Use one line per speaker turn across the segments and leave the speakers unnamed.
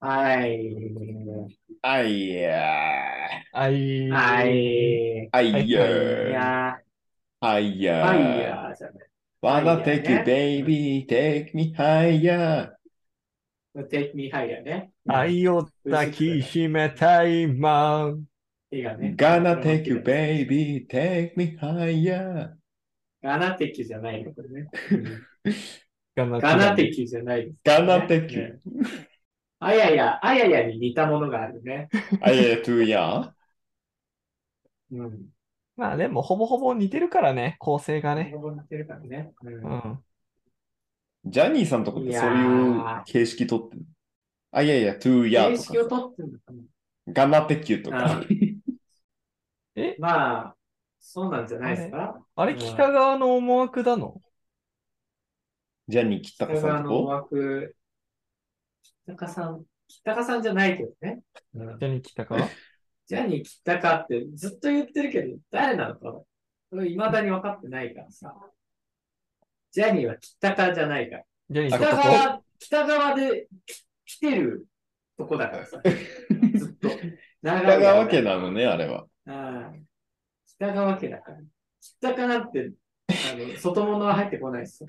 はい。
あいや
あい。
はい。
ー。あいや
い
ー。
や
あい
ー、は
や
い
ー。
やーじゃない。
Wanna
はい
take
や
you,
ー
baby, take me higher.
Take me higher ね。
愛を抱きしめたいまん。
いいがね。
Gonna take you, baby, take me higher.
ガナテキじゃないのこれね。
ガナ
ガナテキじゃないです。
Gonna take
ね
you.
あやや、あややに似たものがあるね。
あいや、to ya.
うん。
まあでもほぼほぼ似てるからね、構成がね。
ほぼ似てるからね。う
うんん。
ジャニーさんとこってそういう形式取ってる。あいやいや、to ya
形
と
式を
か。
取ってるのかな。
Gonna take you とか。
え
まあ、そうなんじゃないですか。
あれ、
うん
北側の思惑なの
ジャニー
北
北川さ
川
んと
の
こ。
枠、北川さん、北川さんじゃないけどね。うん
ジャニー北川
ジャニー北川ってずっと言ってるけど、誰なのか、それ未だに分かってないからさ。ジャニーは北川じゃないから。
ジャニー
あ
北
とこ
川、北川でき来てるとこだからさ。ずっと。
北川家
だ。
なのね、あれは。
うん北川家だから。北川なんて、あの外物は入ってこないですよ。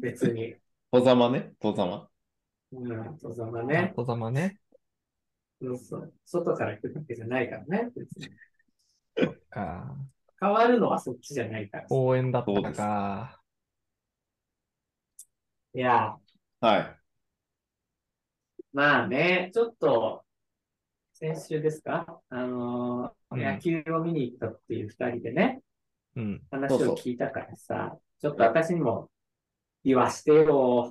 別に。
戸様ね、戸様。
うん、そうそんな
あ
ね。
とざまね。
そうそう外から来るわけじゃないからね。別に
か
変わるのはそっちじゃないからさ。
応援だった
そう
か
です
か。
いや、
はい。
まあね、ちょっと、先週ですかあのー
うん
野球を見に行ったっていう二人でね、
うん。
話
そうそう
を聞いたからさ、ちょっと私にも言わしてよ。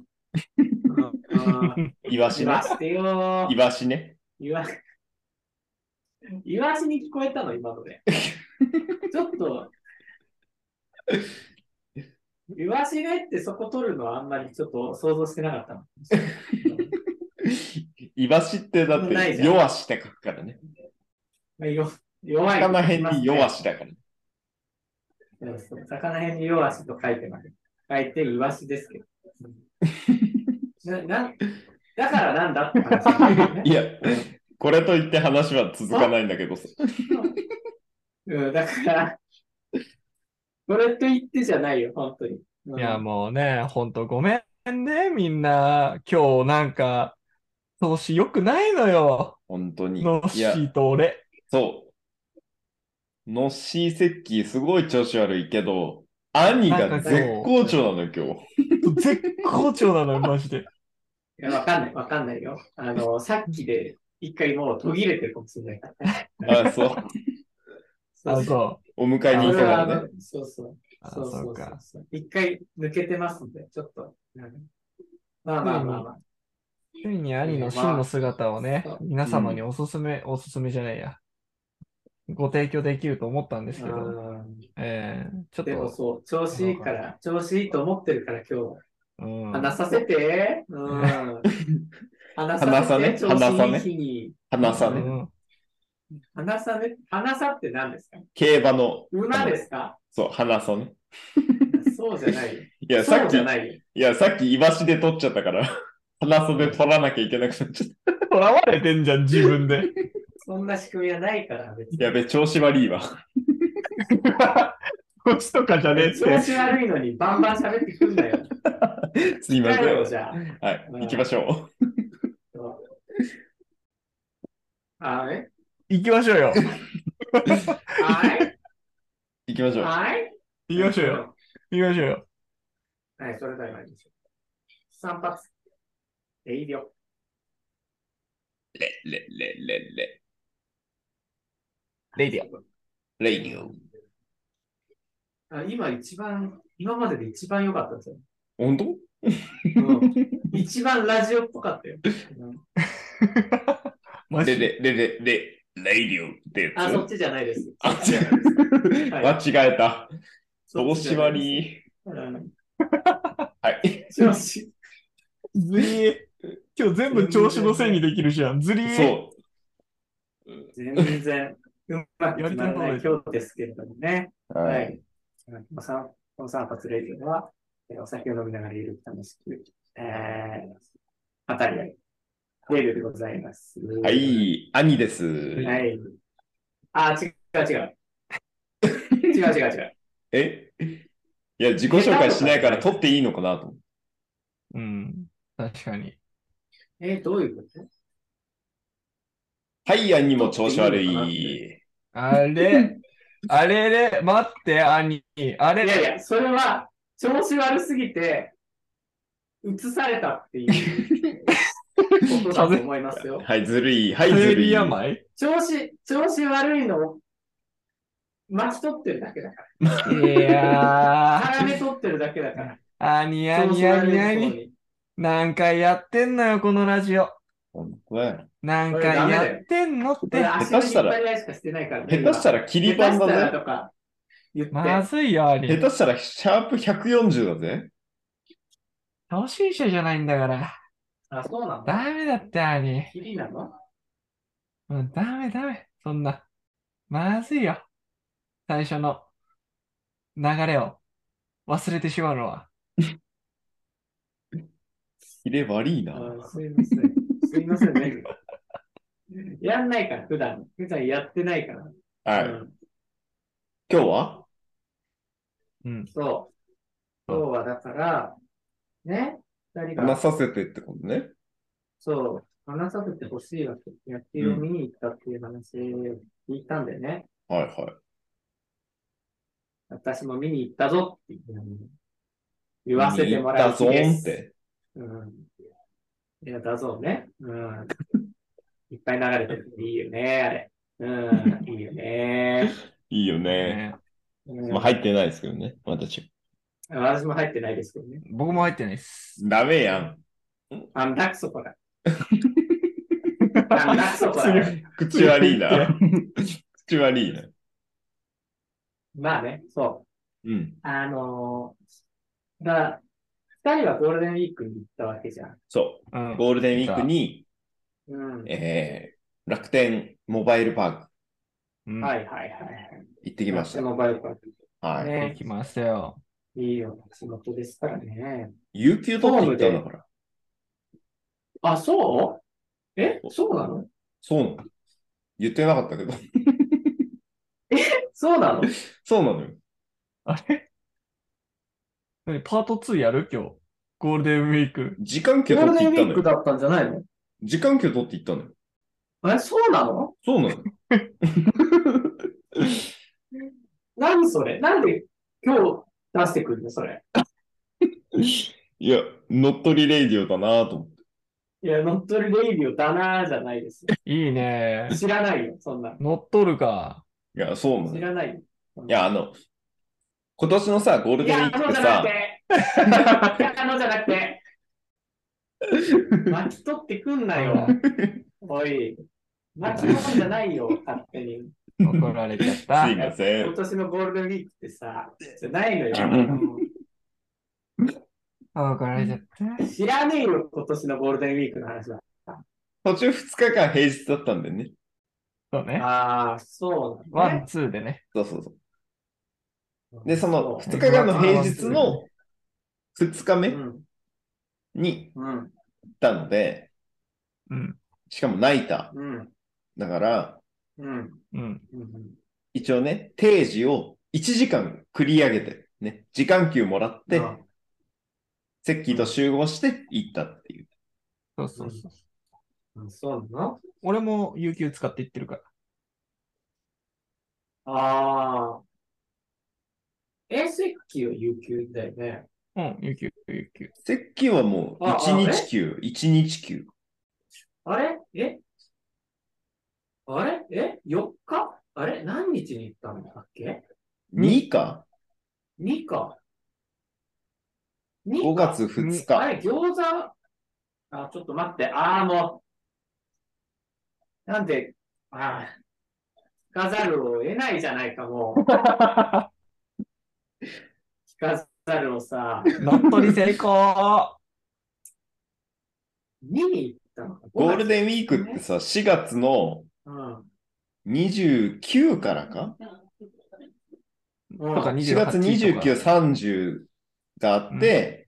うん
イワシ
言
ね
わ。してよ
イ。ワシね。
言わ、言わしに聞こえたの、今ので。ちょっと、言わしねってそこ取るのはあんまりちょっと想像してなかったの。
イワシってだっ
ないじ
て
ゃん
弱しって書くからね。
まあよ弱い。
魚辺に弱しだから。
そう魚辺に弱しと書いてます。書いて、イワシですけど。 ななだからなんだって話なんだよね
いや、これといって話は続かないんだけどさ。
うん、だから、これと言ってじゃないよ、本当に。うん
いや、もうね、ほんとごめんね、みんな。今日なんか、調子良くないのよ。
本当に。
のっ
い
し
や、
ーと俺。
そう。ノッシー・セッキー、すごい調子悪いけど、兄が絶好調なのよ、
絶好調なのよ、マジで。
いや、わかんない、わかんないよ。あの、さっきで一回もう途切れてるかもしれないから。
今日。あ、そう。
そ
あ、
う。
そ
お迎えに行っ
それ
た
は
か
あ
ら
の
ね。
そうそう。
う。あ、
そう
そ
そううそう
か。
そう。一回抜けてますんで、ちょっと。うんまあまあまあまあ。
ついに兄の真の姿をね
まあ、
皆様におすすめ、おすすめじゃないや。ご提供できると思ったんですけど、
うん
えー、ちょっ
でも
と、
そう、調子いいから、調子いいと思ってるから今
う
日、
ん
話させて。うん。話
話
さ
さ
ね
ね
調
話さ
子いい
ね
日に。
花さ
うん
ね。
話さね。話さって何ですか
競馬の。
馬ですか
そう、花さね。
そうじゃないよ。
いや、さ
そう
っ
じ
き、
ゃ
い
ないよ。
や、さっきイワシで取っちゃったから、花さで取らなきゃいけなくなっちゃった。
囚われてんじゃん、自分で。
そんな仕組みはないから、別に。
やべ、調子悪 いわ。
こっちとかじゃねえっ
調
て。
子悪いのにバンバン喋ってくんだよ。
すいませ
だよ、
ん。
じゃ
はい、行きましょ
あ。はい
行きましょうよ。
はい。
う。行きましょう。
はい。
行きましょうよ。行きましょうよ。
はい、それでは参りましょう。散髪。営業。
レ、レ、レ、レ、レ、
レディ
レイディオ。
あ今一番、今までで一番良かったですよ。
本当
うん、一番ラジオっぽかったよ。うん
オ。マ
レ
ジで。
レレレレレイディオってやつ
あ、そっちじゃないです。
あ違う
はい
間違えた。
そ
ど
っ
う
ち
し
じゃな
わ
いです。
り。はい。
うん調子
ずりー。今日全部調子のせいにできるじゃん。ずりー。
そ
全然、うまく決まらな
や
い
りたい
今日ですけれどもね。
う。
は。い。おさこの散髪レイディオは、えーお酒を飲みながらゆるく楽しく、えー、語り合い、レルでございます。
は。い、兄です。
はい。あ、違う違う。 違う違う違う。
えいや、自己紹介しないから取っていいのかなと思って。
うん。確かに。
えどういうこと
はい、兄も調子悪い。
あ れ、あれれ、待って、兄。あれ
い
れ、
やいや、それは、調子悪すぎて、移されたっていうことだと思いますよ。
はい、ずるい。はい、
流
ずるい。
理病
調子、調子悪いのを巻き取ってるだけだか
いや
ら。
ー
絡め取ってるだけだから。
兄、
調子
兄、
悪い
兄、
方
兄。
に。
何回やってんのよ、このラジオ。
本当だよ
何
これダ
回
メだよ
やってんのっ
これ
て。
足の引っ張り合いしかしてないからね、
下手した
ら、
ら切り
下
板
手した
だ
ら
ぜ。
とか言って、
まずいよ、
下
兄。
手したらシャープ140だぜ。
初心者じゃないんだから。
あ、そうなの
ダメだって、兄。
キリなの
もうダメダメ。そんな。まずいよ。最初の流れを忘れてしまうのは。
切れ悪いな。
あすいません。すいませんね。やんないから、普段。普段やってないから。
はい。
うん
今日は
うん。
そう。今日はだから、ね、二人が
話、させてってことね。
そう、話させてほしいわけ。野球を見に行ったっていう話聞いたんでね。
はいは
私も見に行ったぞっていうふうに
い。
言わせてもらう
だ
日
ぞ
で
ーんっ
す。
て。
うん。いや、だぞね。うん。 いっぱい流れてる。いいよね、あれ。うん、いいよ ね。
いいよね。
ね
うん
まあ入ってないですけどね。私。
私も入ってないですけどね。
僕も入ってないです。
ダメやん。
あんだくそこだ。 あんだくそこ だ。
口悪いな。口悪いな。
まあね、そう。
うん。
あのー、だ、二人はゴールデンウィークに行ったわけじゃん。
そうう。
ん。
ゴールデンウィークに、
うん。
えー、楽天モバイルパーク
うん
はいはいはい。
行ってきまし
私
た。
もバイクは
はい。
で
ね。
きましたよ。
いいよ、仕事ですからね。
有給取って行ったんだから。
あ、そうえそうなの
そうなの。言ってなかったけど。
そうなの
そうなのよ。
あれ何パート2やる今日。ゴールデンウィーク。
時間給
ゴー
取っ
ル
て
デン
行
ウ
っ
ィ
た
ークだっ
のよ。
たんじゃないの
時間給取って行ったのよ。
え、そうなの
そうなのよ。
何それなんで今日出してくるのそれ。
いや、乗っ取りレイディオだなと思って。
いや、乗っ取りレイディオだなーじゃないですよ。
いいね。
知らないよ、そんな。
乗っとるか。
いや、そうなの
知
よ。
らないよ。
いや、あの、今年のさ、ゴール
い
デンウ
や、あ
ィーク
の
って
じゃな
さ
く、て。いや、あのじゃなく て。巻き取ってくんなよ。おい。巻き取るんじゃないよ、勝手に。
怒られちゃっ
す
た
い。ませ
今
ん。
年のゴールデンウィークってさ、じゃないのよ。
怒られちゃった。
知らねえよ、今年のゴールデンウィークの話は。
途中2日間平日だったんだよね。
そうね。
ああ、そう
ワ
なん
ン、
だ、
ツーでね。
そうそうそう。
ね。
で、その
そ
2日間の平日の2日
う
目
ん。
に
うん。
行ったので、
うん。
しかもナイタ
うん。
ー。だから、
うん。
うん。
うん
一応ね、定時を1時間繰り上げて、ね、時間給もらって、
あ
セッキーと集合して行ったっていう。
そうそうそう。
あそうなの
俺も有給使っていってるから。
ああ。え、石器は有給だよね。
うん、有給、有給。
セッキーはもう
ああ
1日休、1日休。
あれえあれえ ?4 日あれ何日に行ったんだっけ
2か
?2 か。
?5
2か。
月2
あ
日。
れ、餃子、あ、ちょっと待って、ああ、もう、なんで、ああ、聞かざるを得ないじゃないか、も う。聞かざるをさ、
乗っ取り成功
見に行ったのか。
ゴールデンウィークってさ、4月の
うん。
29からか
うん
とか
?4
28
月29、30があって、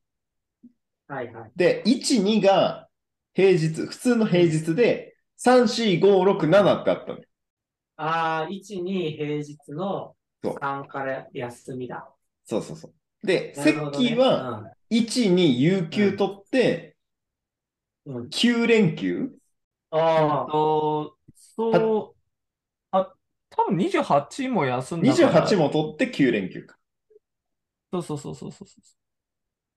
はいはい。
で、1、2が平日、普通の平日で、3、4、5、6、7ってあったの。
ああ、1、2、平日の
そう
3から休みだ。
そうそうそう。で、
な
セ
るほ
ッ
ど
キ
ね
ーは、、1、2、有給取って、
うんうん
9連休
ああ、
と、そう、あ、多分28も休んだから。
?28 も取って9連休か。
そうそうそうそうそうそ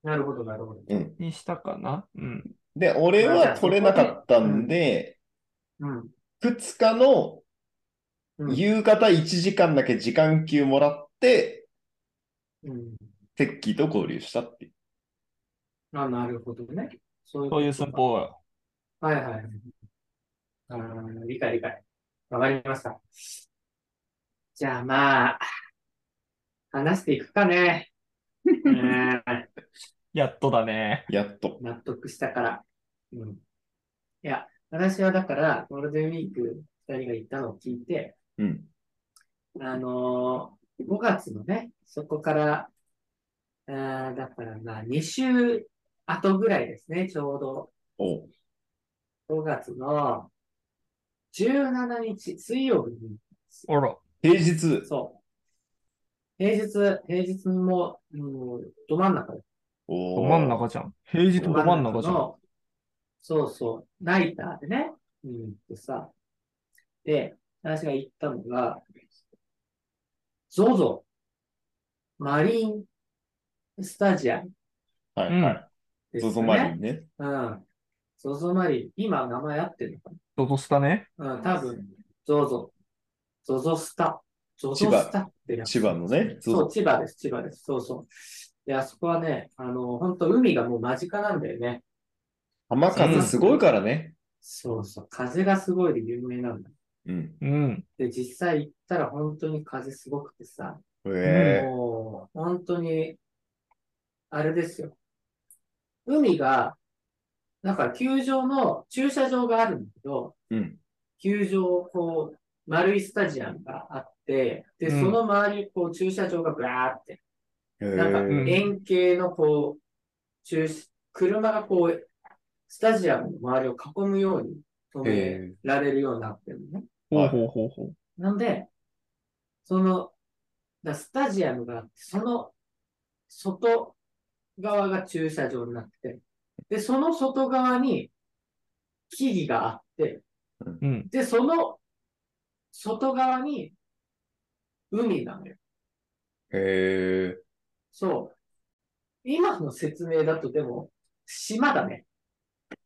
なるほど、なるほど。
うん。
う。にしたかなうん。
で、俺は取れなかったんで、
うん。
2日の
うん
夕方1時間だけ時間給もらって、
うん、
セッキーと交流したっていう。
あなるほどね。そういう
そうい
こと
う寸
か
法よ。
はいはい。あー理解理解。わかりました。じゃあまあ、話していくかね。うん
やっとだね。
やっと。
納得したから。うん。いや、私はだから、ゴールデンウィーク2人が言ったのを聞いて、
うん。
あのー、5月のね、そこから、あーだからまあ、2週後ぐらいですね、ちょうど。
おう
5月の17日、水曜日に、
あら。
平日。
そう。平日、平日も、もう、ど真ん中で
お
ど
お。
真ん中じゃん。平日ど真ん中じゃん。
の、そうそう、ナイターでね、うん、でさ、で、私が行ったのが、ZOZO、マリンスタジアム
はいは
で
い。
すか
ゾ
ね。
ゾマリンね。
うん。ZOZO マリン、今名前合ってるのかな
ドドスタね。
うん、多分、ゾゾ、ゾゾスタ、ゾ
千
ゾ
葉
スタってやつ
千葉のね。ゾ
そう、
ゾ。
千葉です、千葉です。そうそう。で、あそこはね、あの、本当海がもう間近なんだよね。
浜風すごいからね。
そうそう、風がすごいで有名なんだ。
うん。
うん。
で、実際行ったら本当に風すごくてさ、
ええ。
もう、本当に、あれですよ。海が、なんか球場の駐車場があるんだけど、
うん。
球場、こう、丸いスタジアムがあって、で、
うん
その周りにこう駐車場がブラーって、
へ
なんか
え。
円形のこう、駐車がこう、スタジアムの周りを囲むように止め
へ
られるようになってるのね。
ほうほうほうほう。
なんで、その、だスタジアムがあって、その外側が駐車場になって、で、その外側に木々があって、
うん。
で、その外側に海なのよ。
え。へえ。
そう。今の説明だとでも、島だね。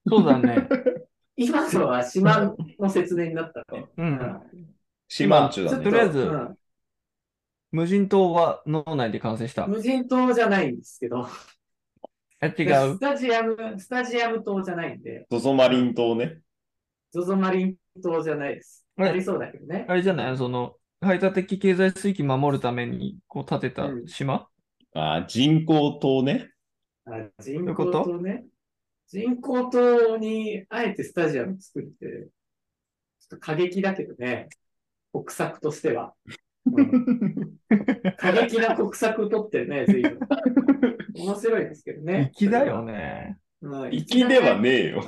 そうだね。
今のは島の説明になったね。
う。
うんん
シマンチュ
ちょ
だ
っ
ね
と。りあえず
うん
無人島は脳内で完成した。
無人島じゃないんですけど、
え、違
ス
う。
タジアム、スタジアム島じゃないんで、
ゾゾマリン島ね。
ゾゾマリン島じゃないです。
うん
ありそうだけどね。
あれじゃないその、排他的経済水域守るために、こう建てた
うん
島
あー人工島ね。
あ人
ういうこ
工
と
島ね。人工島にあえてスタジアム作るって、ちょっと過激だけどね。国策としては。うん、 過激な国策取ってるね、随分。面白いですけどね。
粋だよね。
うん。
粋では
ね。
ねえよ。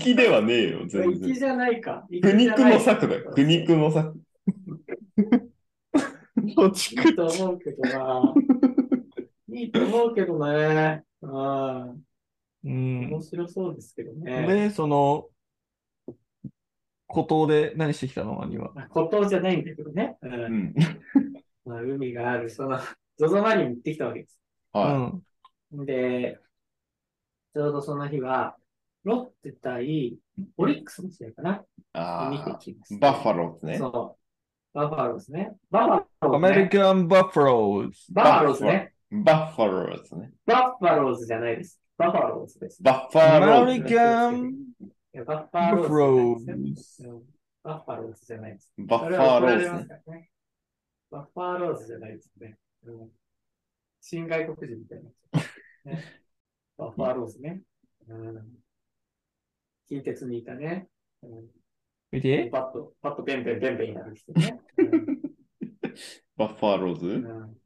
粋ではねえよ、全
粋
然。
じゃないか。粋
苦
じゃ
肉
ない
の策だよ。苦肉の策。土地
いいと思うけどな。いいと思うけどね。うん。
うん
面。白そうですけどね。
で、その、孤島で何してきたの兄は。
まあ孤島じゃないんだけどね。うん
うん。
まあ、海がある、その、ゾゾマリンに行ってきたわけです。
う
は
ん。
で、ちょうどその日は、ロッテ対オリックスの試合かな、
い。あ
見て
あ。
きました。
バッファローズね。
そう。バッファローですね。バッファロー
アメ
ズ、
リ
ね。
カンバッファローズ。
バッファローズね。
バッファローズね。
バッファローズじゃないです。バッファローズです。
バッファ
ア
ロ
メ
ーズ。
リカン
いやバッフ
バ
ァ
ッファ
ロ
ロ
ーズじゃない
ー
です
ズ。
ね。うんバッファローズじゃないです。
バッ
そ
フ
れ
ァ
は怒
ロ
ら
ー
れ
ズ
ま
ね
す。からね。バッファーローズじゃないですね。うん、新外国人みたいな、ね。 バッファーローズね。うん、近鉄にいたね。うん、
見て。
パッと、パッとペンペンペンペンやる人ね、
バッファロー
うん
ズ。
うん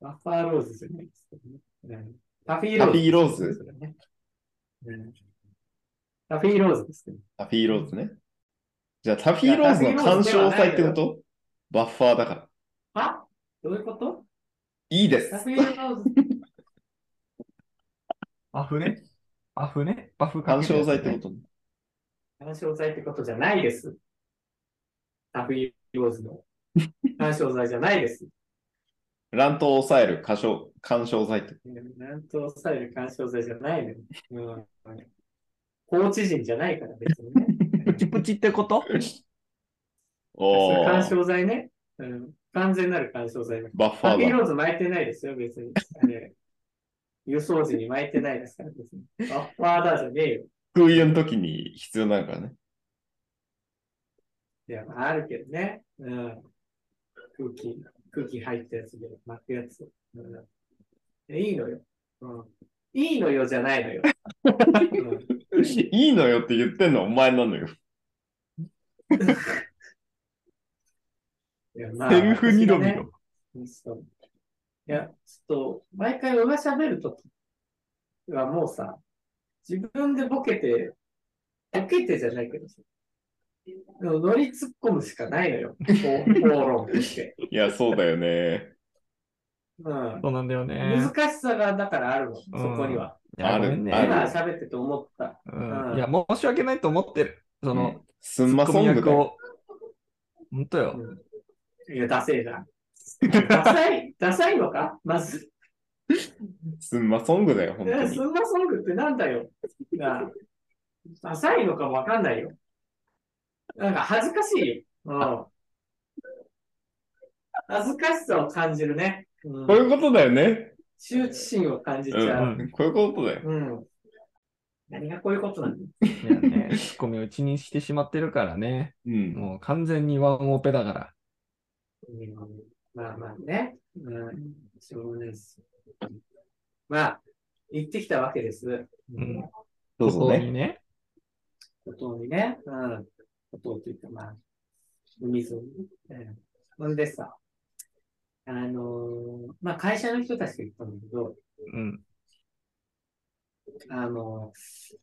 バッファーローズじゃないですけどね。うんタフィー
タ
ロ
ピ
ー
ーロー
ズ。
ズ。
それねうんタフィーローズですね。
タフィーローズね。じゃあタフィーローズの干渉祭ってことバッファーだから。
あどういうこと
いいです
タ。フィーローズ。
バフね。バフね。バフか
干
ける
渉
やつね
祭ってこと
干渉剤ってことじゃないです。タフィーローズ の干渉剤じゃないです。
乱闘を抑える干渉、干渉剤って。
なんと抑える干渉剤じゃないのよ。うんコーチ陣じゃないから別にね。
プチプチってこと
そ
お
れ
お。
干渉剤ね。うん、完全なる干渉剤。
バッフ
ハ
ァ
ッピー
ーだ。
ローズ巻いてないですよ、別に。あれ輸送時に巻いてないですから、別に。バッファーだじゃねえよ。
空輸の時に必要なのからね。
いや、まああるけどね。うん。空気、空気入ったやつで巻くやつ。うん、いやいいのよ、うん。いいのよじゃないの よ。うん
いいのよって言ってんのはお前なのよ。
いやまあ
セルフ二度見
私が
ろ
ね。そういや、ちょっと、毎回俺が喋るときはもうさ、自分でボケて、ボケてじゃないけどさ、でも乗り突っ込むしかないのよ。こう口論として。
いや、そうだよね。
うん。
そうなんだよね
難。しさがだからあるの、そこには。
いや
ある
ごめんね
ある
今喋ってて思った。
うん
うん
いや、申し訳ないと思ってる。そ
うん
の、
すんま
ツッ
ソ
コミ
ングだ
役
よ。
を。本当よ。
いや、ダセえな。ダサい、ダサいのかまず。
すんまソングだよ、本当
え、
に
ス。ンマソングってなんだよ。なあ浅いのかもわかんないよ。なんか恥ずかしいよ。うん。恥ずかしさを感じるね。う
こうい
ん、
うことだよね。
羞恥心を感じち
う
ゃう。
ん。こういうことだよ。
うん。何がこういうことなんだ
いやね、ツッコミを一にしてしまってるからね。
うん。
もう完全にワンオペだから。
うんまあまあね。うん。しょうがないです。まあ、行ってきたわけです。
ん
どうぞ
ここに
ね。
ね。
ことにね、うん、ことというか、まあ、海沿いに。うん。ほんでさ、あのーまあ、会社の人たちと言ったんだけど、
うん。
あのー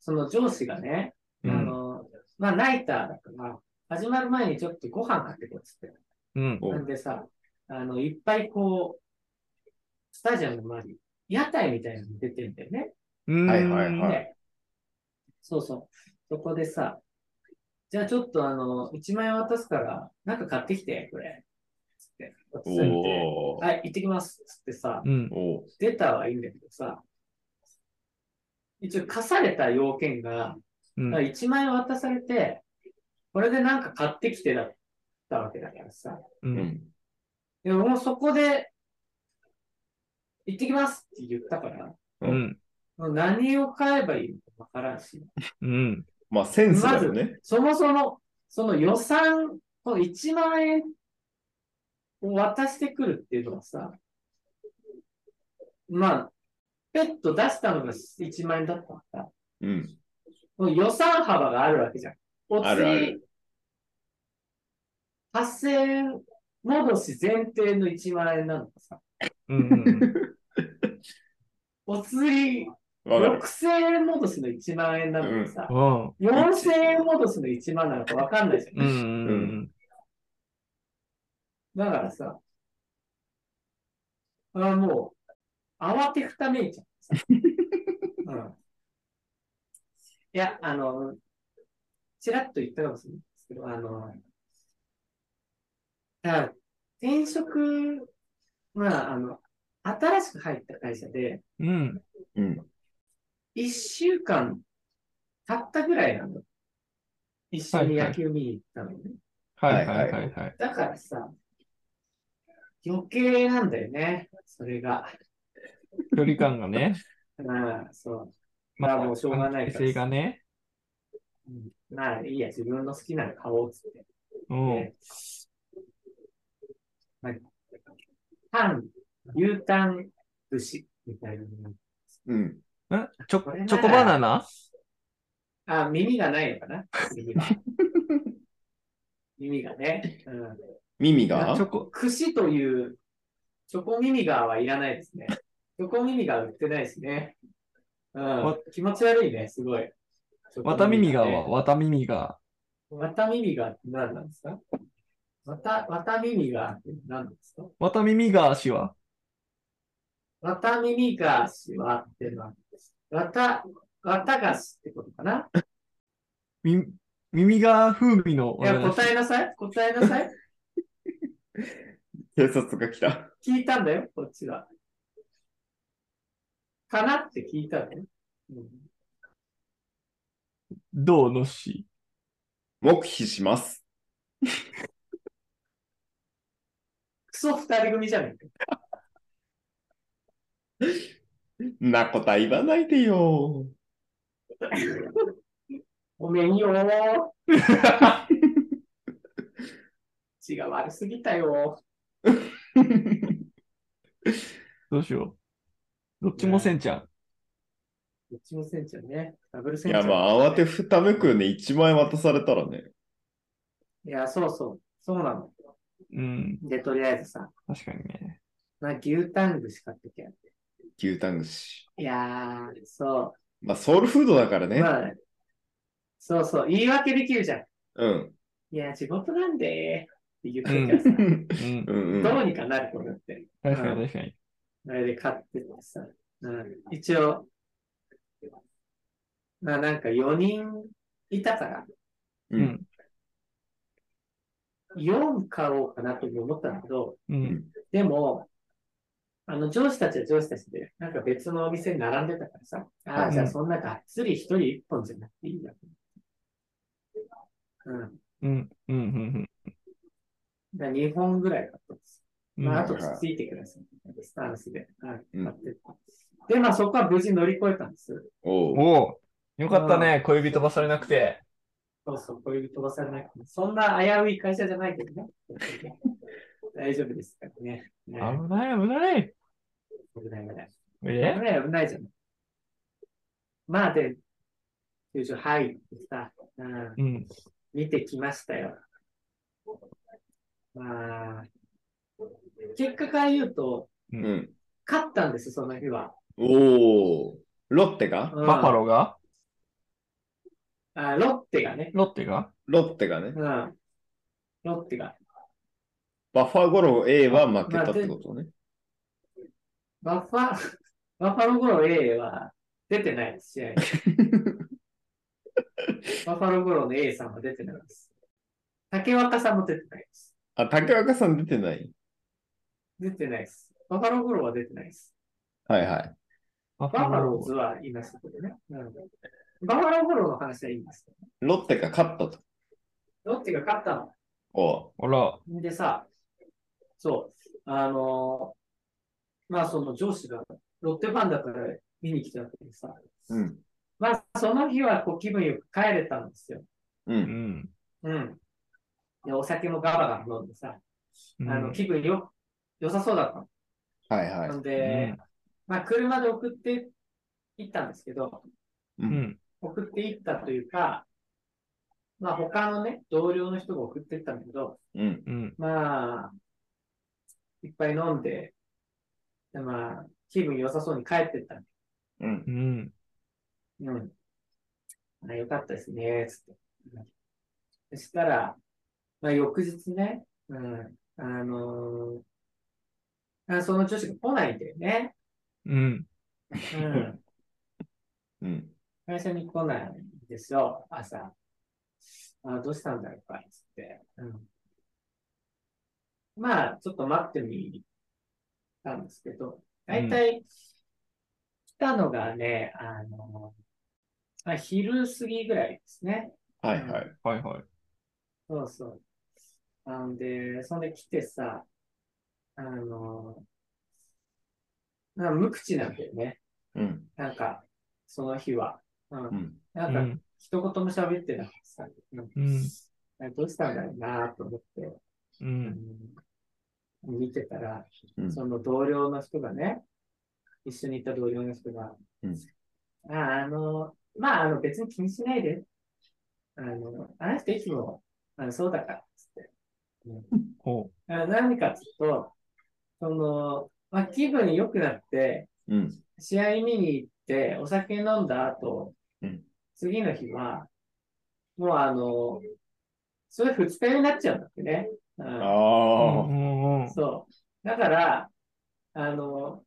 その上司がね、
う
あ
ん。
のーまあ、ナイターだから、始まる前にちょっとご飯買ってこいっつって。
うん。
お
なんでさ、あの、いっぱいこう、スタジアムの周り、屋台みたいなの出てんだよね。
うん
はいはいはい
で、そうそう。そこでさ、じゃあちょっとあの、1万円渡すから、なんか買ってきて、これ。つって、渡されて、
おー
はい、行ってきます。つってさ、
うん。
おー。
出たはいいんだけどさ、一応課された要件が、
うん。
1万円渡されて、これでなんか買ってきてだったわけだからさ、
う。
うんん。
でももうそこで、行ってきますって言ったから、
うん。
もう何を買えばいいのかわからんし、
うん。
まあ、センスだよね。
そもそも、その予算、この1万円を渡してくるっていうのはさ、まあ、ペット出したのが1万円だったから、
うん。
もう予算幅があるわけじゃん。お釣
あるあ
り
る、
8000円戻し前提の1万円なのかさ、
うん。
お釣り
わかる。
6000円戻しの1万円なのかさ、
うん。
4000円戻しの1万なのかわかんないじゃん。
うんうん。
だからさ、あもう、慌てふためいちゃうさ。うん、いや、あの、ちらっと言ったかもしれないですけど、あの、だから転職、まあ、あの、新しく入った会社で、
うん。
うん。
一週間経ったぐらいなの。一緒に野球見に行ったのね。
はいはいはいはい。
だからさ、余計なんだよね、それが。
距離感がね。
まあ、そう。まあもうしょうがないから
関係性がね。
まあ、いいや、自分の好きなの買おうっつって。
うん。
でまあ、パン、牛タン寿司みたいなの。
うん。
んチョチョコバナナ
あ、耳がないのかな耳が。耳がね。うん。
耳
あ
が
チョコ。
串という、チョコ耳側はいらないですね。チョコ耳側売ってないですね。うん。気持ち悪いね、すごい。
綿耳が
ね
は、綿耳が、
綿耳がって何なんですか綿、綿耳がって何なんですか
綿耳が足は、
綿耳がしはって何ですか綿、綿菓子ってことかな
み耳が風味の
いや、
綿菓子
答えなさい。答えなさい。
警察が来た。
聞いたんだよ、こっちは。かなって聞いたのよ。うん
どうのっし
黙秘します。
クソ二人組じゃねえか。
んなことは言わないでよ。
ごめんよ 血が悪すぎたよ
どうしよう。どっちもせんちゃん。
どっちもセンちゃんね。ダブル
い
センちゃ
や、
ん。
まあ、慌てふためくよね、1万円渡されたらね。
いや、そうそう。そうなの。
うん、
で、とりあえずさ、
確かにね。
まあ、牛タン串買ってきゃ。
牛タン串。
いやー、そ
まあ、ソウルフードだから
う。
ね。
まあ、そうそう。言い訳できるじゃん。
うん。
いや、地元なんでって言ってるか
うん、
うんう
らさ、ど
ん。
うにかなると思って。
確かに確かに。
あれで買ってってさ、うん、一応、まあなんか4人いたから、
う
うんん、
4買おうかなと思ったんだけど、
うん、
でも、あの上司たちは上司たちで、なんか別のお店に並んでたからさ、あ
う
あ、
ん
じゃあそんながっつり1人1本じゃなくていいや。うん。
うん、うん、うん、
だ2本ぐらい買ったんです。
うん。
まあ、
う
あ
ん
とつついてください。スタンスで。はい
うん
買ってったで、まあそこは無事乗り越えたんです。
おう
おお、よかったね、恋人ばされなくて。
そうそう、こういう飛ばされなくても、そんな危うい会社じゃないけどね。大丈夫ですからね。ね
危ない、危ない。
危ない危ない。
え
危ない危ないじゃん。まあで、友情入ってさ、うん、
うん、
見てきましたよ。まあ、結果から言うと、
う。
うん
勝ったんです、その日は。
おうロッテが
バ
バファローが
あロッテがね。
ロッテが
ロッテがね
う。ん。ロッテが。
バッファゴロ A は負けたってことね。
バッファ、バッファローゴロ A は出てないです、試 合に。バッファローゴロの A さんは出てないです。竹若さんも出てないです。
あ、竹若さん出てない。
出てないです。バッファローゴロは出てないです。
はいはい。
バフ
バッ
ァ
ファロ
ロ
ーズ
ー。
はいましたけどね。うんバッファローゴロの話はいいんですけ
ロッテが勝ったと。
ど。ロッテが勝った
おう
ほら、
の。んでさ、そう、あのーまあその上司がロッテファンだから見に来たわけでさ、
うん。
まあその日はこう気分よく帰れたんですよ。
う。
うんん。
うん。で、お酒もガバガバ飲んでさ、
う
あの、
ん
気分よ、良さそうだったの。
はいは
ないの。で、
うん
まあ、車で送って行ったんですけど、
うん。
送って行ったというか、まあ、他のね、同僚の人が送って行ったんだけど、
うん。
うん。
まあ、いっぱい飲んで、でまあ、気分良さそうに帰ってったの。
うん。
うん。
うん。あ、よかったですね、つって。うんそしたら、まあ、翌日ね、うん、あのーあその女子が来ないんだよね。
うん。
うん。
うん。
会社に来ないんですよ、朝。あ、どうしたんだろうか、つって。うん。まあ、ちょっと待ってみたんですけど、だいたい来たのがね、あのーあ、昼過ぎぐらいですね。
はいはい。
はいはい。
そうそう。なんで、そんで来てさ、あの、なんか無口なんだよね。
うん。
なんか、その日は。うん。
うん。
な
うん
か、
ん。
一言も喋ってなくてさ、うん
うん。
なんかどうしたんだろうなと思って、
う。
うんん見てたら、
うん
その同僚の人がね、一緒にいた同僚の人が、
うん
ああの、まあ、あの、別に気にしないで。あの、あの人いつも、あの、そうだから、つって。
ほ
あ何かっていうと、その、まあ、気分良くなって、
うん。
試合見に行っって、お酒飲んだ後
うん、
次の日は、もうあの、それ二日酔いになっちゃうんだってね。うん
ああ、
うんうん
そう。だから、あの、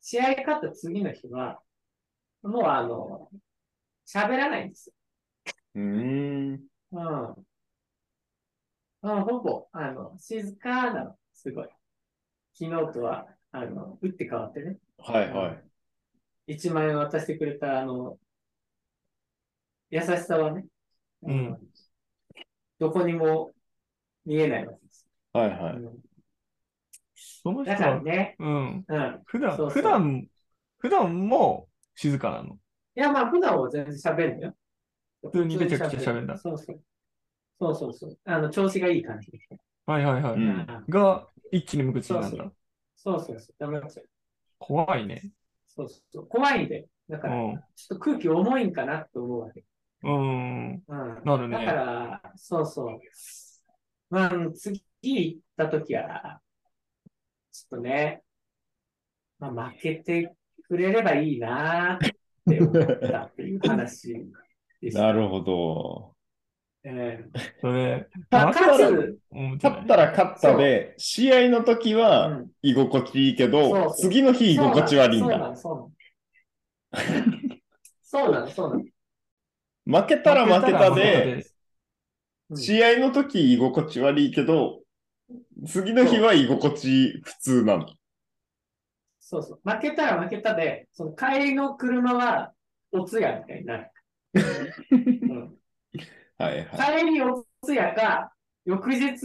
試合勝った次の日は、もうあの、喋らないんです
うーん。
よ。うん。うん、ほぼ、あの、静かなの、すごい。昨日とは、あの、打って変わってね。
はいはい。
1万円渡してくれた、あの、優しさはね、
うん
どこにも見えないわけです。
はいうはい。
ん
その人
だから
は、
ね、
うん。
うん。
普段、
そうそう
普段、普段も静かなの。
いや、まあ、普段は全然喋るのよ。
普通にめちゃくちゃ喋るんだ
そうそう。そうそうそう。あの、調子がいい感じで。
はいはいは
う
い。
ん。
が、一気に無口になる
そ
ん
う
だ。
そうそうそう。ダメなんですよ。
怖いね。
そうそうそう。怖いんで。だ
う
から、ちょ
ん。
っと空気重いんかなって思うわけ。
うん。
うん。
なる
だか
ね。
ら、そうそう。まあ、次行った時は、ちょっとね、まあ、負けてくれればいいなって思ったっていう話でした。
なるほど。
ええ
それ、
まあ、
負けたら
勝つ、
うんじゃな
勝
い
ったら勝ったで、試合の時
う
は
ん
居心地いいけ
そ
ど、
う
次の日居心地悪いんだ。
そうなの、 そうなの。そうなの、そうなの。そうなの。
負けたら負けた
負けたら
で、
負け
うん
試合の時居心地悪いけど、次の日は居心地普通なの。
そうそう。負けたら負けたで、その帰りの車は、お通夜みたいにな る。うん
はいはい。
帰りお通夜か、翌日、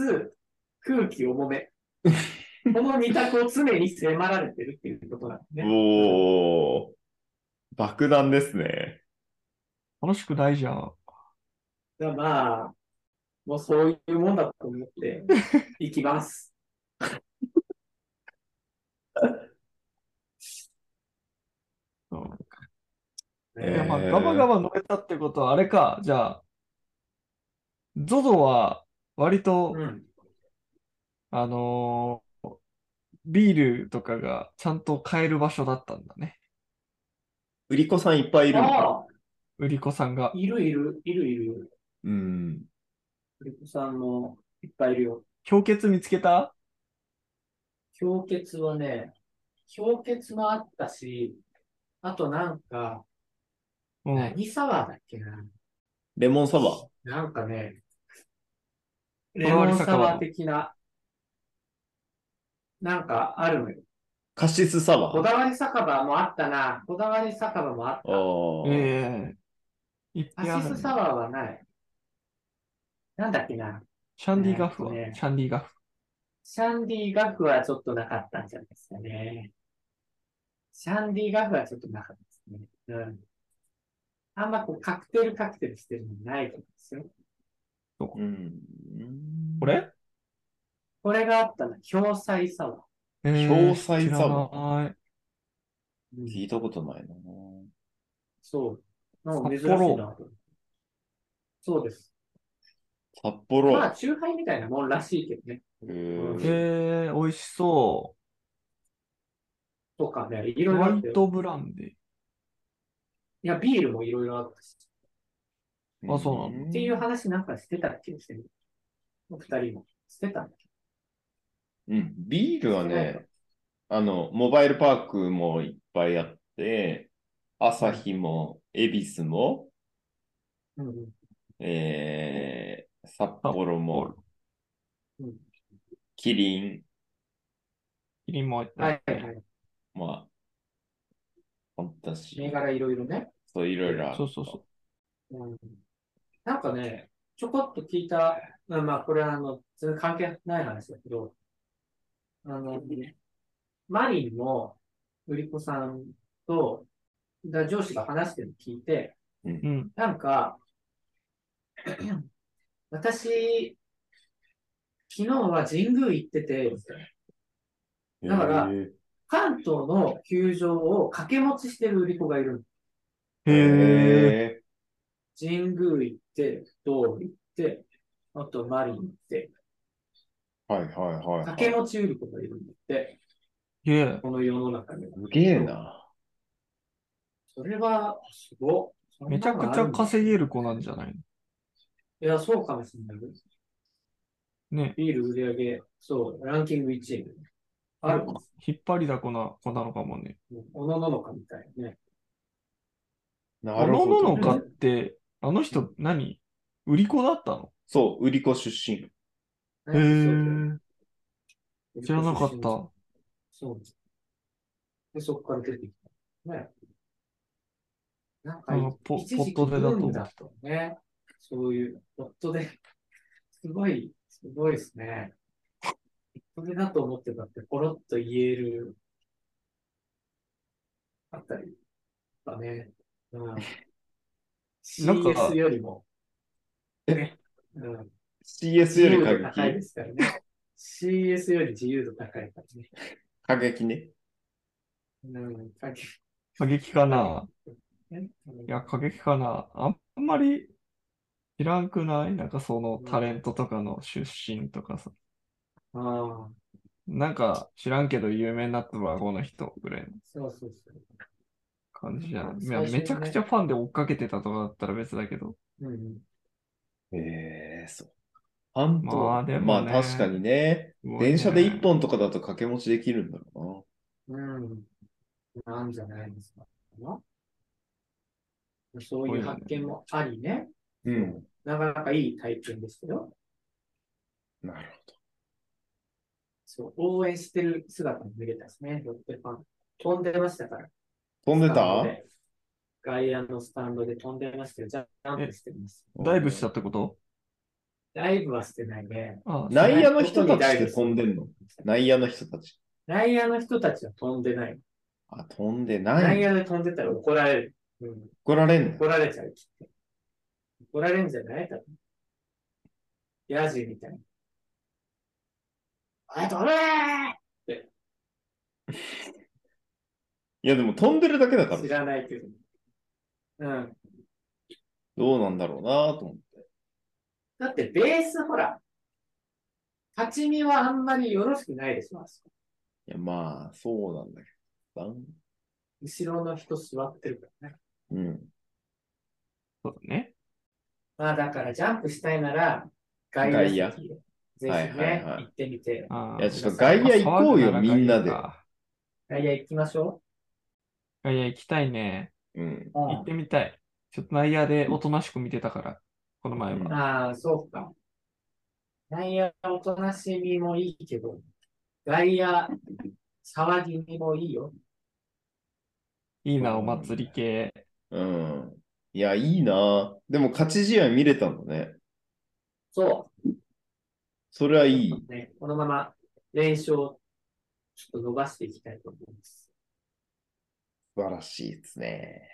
空気重 め。この二択を常に迫られてるっていうことなんでね。
おー。爆弾ですね。
た楽しくないじゃん。
だからまあ、もうそういうもんだと思 って、いきます。
うん
えー
いやまあ、ガバガバ飲めたってことは、あれか、じゃあ、ゾゾは、割と、
うん。
あのービールとかがちゃんと買える場所だったんだね。
売り子さんいっぱいいるのか。
ああ、
売り子さんが。
いるいる、いるいるよ。
うん。
リコさんもいっぱいいるよ。
氷結見つけた
氷結はね、氷結もあったし、あとなんか、
うん。
何サワーだっけな。
レモンサワー。
なんかね、
わり
レモン
酒
サ
場
ワー的な、なんかあるのよ。
カシスサ
こ
ワー。
だわり酒場もあったな。こだわり酒場もあっ
あー
ええいっぱ
た。
い
カ
ある
シ
ね
スサワーはない。なんだっけな。
シャンディガフは、
えーっとね
シャンディガフ。
シャンディガフはちょっとなかったんじゃないですかね。シャンディガフはちょっとなかったですね。うん。あんまこうカクテルカクテルしてるのないと思うんですよ。
うん。
これ
これがあったな。氷彩サワー。
えー
氷彩サワー
知らない
うん
聞いたことないな。
そう。なんか珍しい
札幌
なと。そうです。
札幌。
まあ、チューハイみたいなもんらしいけどね。
へー
えー、美味しそ。
とかね、いうろい
ホ
ろあ
ワ
っ
イ
たよ。
トブランデー。
いや、ビールもいろいろあったし。
あそうなの
っていう話なんかしてたっけしてる。お二人も。してたんだっけ
うん、ビールはね、あの、モバイルパークもいっぱいあって、朝日も、恵比寿も、
うんうん。
えー、札幌も、
うん
キリン、
キリンも。
はいはいはい。
まあ、ファンタジ
銘
ー、
柄いろいろね。
そういろいろある
そうそうそ
うんなんかね、ちょこっと聞いた、まあまあ、これはあの、全然関係ない話だけど、あの、マリンの売り子さんと、だ上司が話してるの聞いて、
う。うん。
なんか、 私、昨日は神宮行ってて、みたいなだから
へー
関東の球場を掛け持ちしてる売り子がいるの。
へえ。
神宮行って、道行って、あとマリン行って、
はいはいはいはい。
掛け持ち売り子がいるんだって、
へえ。
この世の中には。
すげえな。
それは、すごっ。
めちゃくちゃ稼げる子なんじゃない
いや、そうかもしれない。
のね。
ビール売り上げ、そう、ランキング1位。あるも
引っ張りだこな子なのかもね。
ん。おのののかみたいなね。
な
あ
る
の
ほど
ののかって、あの人何売り子だったの
そう、売り子出身。
へー知らなかった。
そう。で、そこから出てきた。ね。なんか
あの、ポ
一時期
ポットでだと
ブームだったよね。そういう、ポットで。すごい、すごいですね。ポットでだと思ってたって、ポロッと言える、あったり、だね。うん。
なんか
CS よりも、ね。うん。
CS より過
自由度高い
激。
ですからね。CS より自由度高いからね。
過激ね。
うん、過激
過激かな
ね。
いや、過激かなあんまり知らんくないなんかそのタレントとかの出身とかさ。
ああ、
なんか知らんけど有名になったわ、この人ぐらいの
そうそうそう。
感じじゃないい
最
や、
初にね
めちゃくちゃファンで追っかけてたとかだったら別だけど。
うん、
ええそう。ファンと、
まあでも
まあ
ね
確かにね、
すごいね
電車で一本とかだと掛け持ちできるんだろ
うん。なんじゃないですか。そういう発見もありね。
うな。うん。
なかなかいい体験ですけど、
なる
そう、応援してる姿も見れたですね、ロッテファン。飛んでましたから。
ほど。飛んで
スタンド
た
で外野のスタンドで飛んでましたよ。ジャンプしてます。
ダイブしたってこと
ライブはしてないね。
ああ、
内野の人たちって飛んでんの内野の人たち。
内野の人たちは飛んでない。
あ、飛んでな
内
い。
野で飛んでたら怒られる。うん、
怒られん
怒
の
られちゃう、きっと。怒られるんじゃない多分。ヤジみたいな。あ、飛べー
いやでも飛んでるだけだから
知、らないけど。うん。
どうなんだろうなと思って。
だってベース、ほら、立ち見はあんまりよろしくないでしょ、あそこ
いやまあ、そうなんだけどさ。
後ろの人座ってるからね。
うん。
そうだね。
まあだからジャンプしたいなら、外野席
外
ぜひね、
はいはいはい
行ってみて。
ああ
いや、ちょっと外野行こうよ、みんなで。
外野行きましょ
外野行きたいね。
うん。
う。う
行ってみたい。ちょっと内野でおとなしく見てたから、この前は。
ああ、そうか。内野おとなしみもいいけど、外野騒ぎみもいいよ。
いいな、お祭り系。
うん。いや、いいなでも勝ち試合見れたのね。
そ
それはいい。
う。ね、このまま連勝をちょっと伸ばしていきたいと思います。
素晴らしいですね。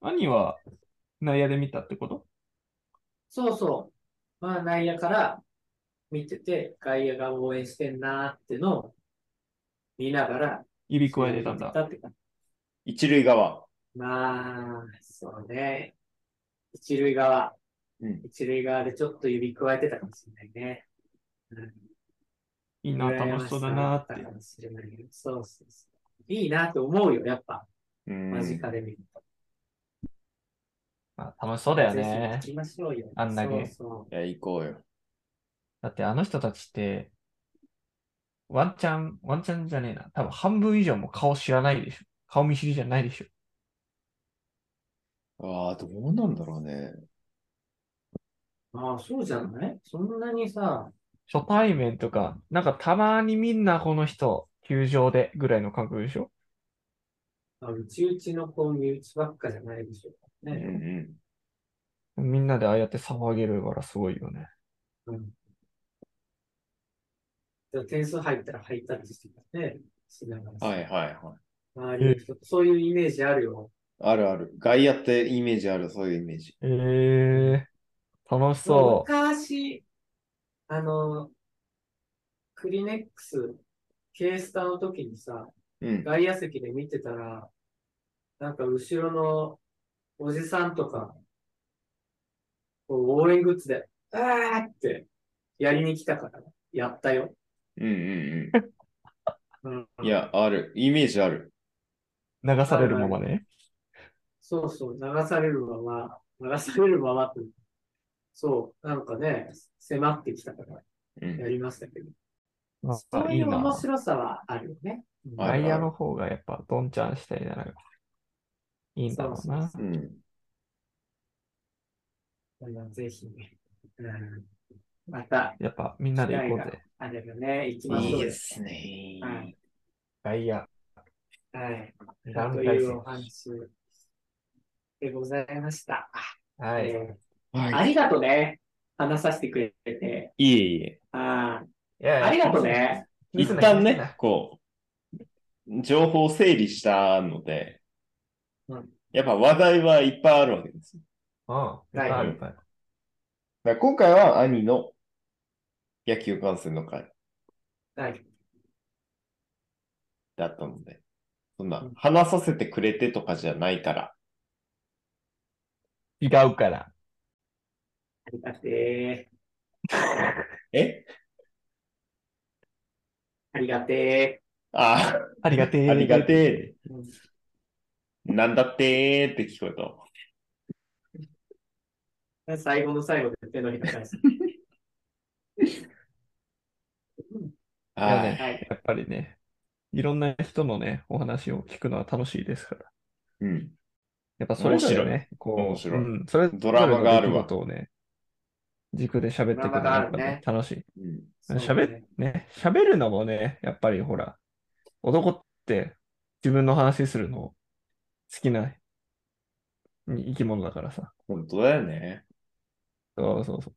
兄は内野で見たってこと
そうそう。まあ内野から見てて、外野が応援してんなーってのを見ながら、
指加えてたんだ。
って感じ
一塁側。
まあ、そうね。一塁側、
うん
一塁側でちょっと指加えてたかもしれないね。
いいな、楽しそうだなって。
羨ましさだったかもしれないけどそうそうそういいなって思うよ、やっぱ、
うん。
間近で見ると。
まあ楽しそうだよね
ぜひ。行きましょうよ。
あんだけ
そうそ
いや、行こうよ。
だってあの人たちって、ワンチャン、ワンチャンじゃねえな。多分半分以上も顔知らないでしょ。顔見知りじゃないでしょ。
ああ、どうなんだろうね。
う。ああ、そうじゃないそんなにさ、
初対面とか、なんかたまにみんなこの人、球場でぐらいの感覚でしょ。
あうちうちの子身内ばっかじゃないでしょう
う
ね。
ん
みんなでああやって騒げるからすごいよね。
で点数入ったらハイタッチしてきて、ね、しながら
うん。
さ
はいはいはい。
周りの人とそういうイメージあるよ。
あるある。外野ってイメージある、そういうイメージ。
ええ楽しそう。
昔、あの、クリネックス、ケースターの時にさ、
うん。
外野席で見てたら、なんか後ろのおじさんとか、こう応援グッズで、あーってやりに来たから、やったよ。
うんうん
うん
うん。いや、ある。イメージある。
流されるままね。
そうそう、流されるまま、流されるままって、そう、なんかね、迫ってきたから
うん
やりましたけど、
なん
そ
か
う
い
い
いう
面
な。
白さはあるよね。うん
はい
外野の方がやっぱどんちゃんしたりなら、いいんだろうな。
そ
うん。
これはぜひ、うん、また、
やっぱみんなで行こうぜ。
あれだね、行きましょうよ。
すね
はい。
外野。
はい。
ダ
と
ブル対
い
戦
うお話でございました。
はい。い
えーあ
はい。
りがとね。話させてくれて。
いえいえ。
あー
やいや
ありがと。ね。
気に
一
すんな
旦ね、。こう、情報を整理したので
うん、
やっぱ話題はいっぱいあるわけですよ。
気にすんな
はい
はい
うん。いっぱいあるいっぱいあ
だ
る
から今回は兄の野球観戦の会
はい。
だったので、そん
う
なん話させてくれてとかじゃないから、
違うから。
ありがてー。
え
ありがて
あ
ありがて
あ、
ー。
ありがて
ー。うん
え、なんだってーって聞こえた。
最後の最後で手のひら返す。
いや
はい。
ね
はい。
やっぱりね、いろんな人のね、お話を聞くのは楽しいですから。
うん。
やっぱそれぞれ
面
ね、こう、
面白い
うん、それ
ドラマがあるわ
ぞれの出来事をね、軸で喋っていくのがやっぱね、楽しい。
うん。
そう
喋
だ
る
ね、
ね、喋るのもね、やっぱりほら、男って自分の話するの好きなに生き物だからさ。
本当だよね。
そうそうそう。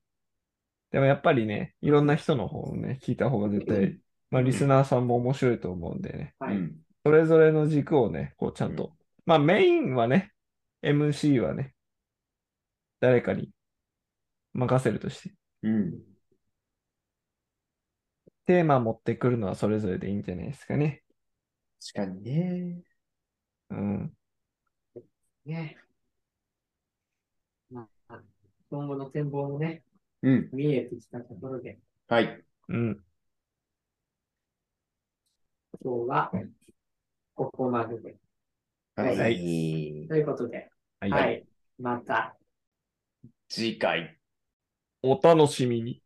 でもやっぱりね、いろんな人の方をね、聞いた方が絶対、まあリスナーさんも面白いと思うんでね、
はい。
うん。
それぞれの軸をね、こうちゃん
う
と、まあメインはね、MC はね、誰かに任せるとして、
うん。
テーマ持ってくるのはそれぞれでいいんじゃないですかね。
確かにね。
うん。
ね。まあ、今後の展望もね、
うん。
見えてきたところで、
はい。
うん。
今日はここまでで。はい
はい。
ということで、
はい
はい。また。
次回。
お楽しみに。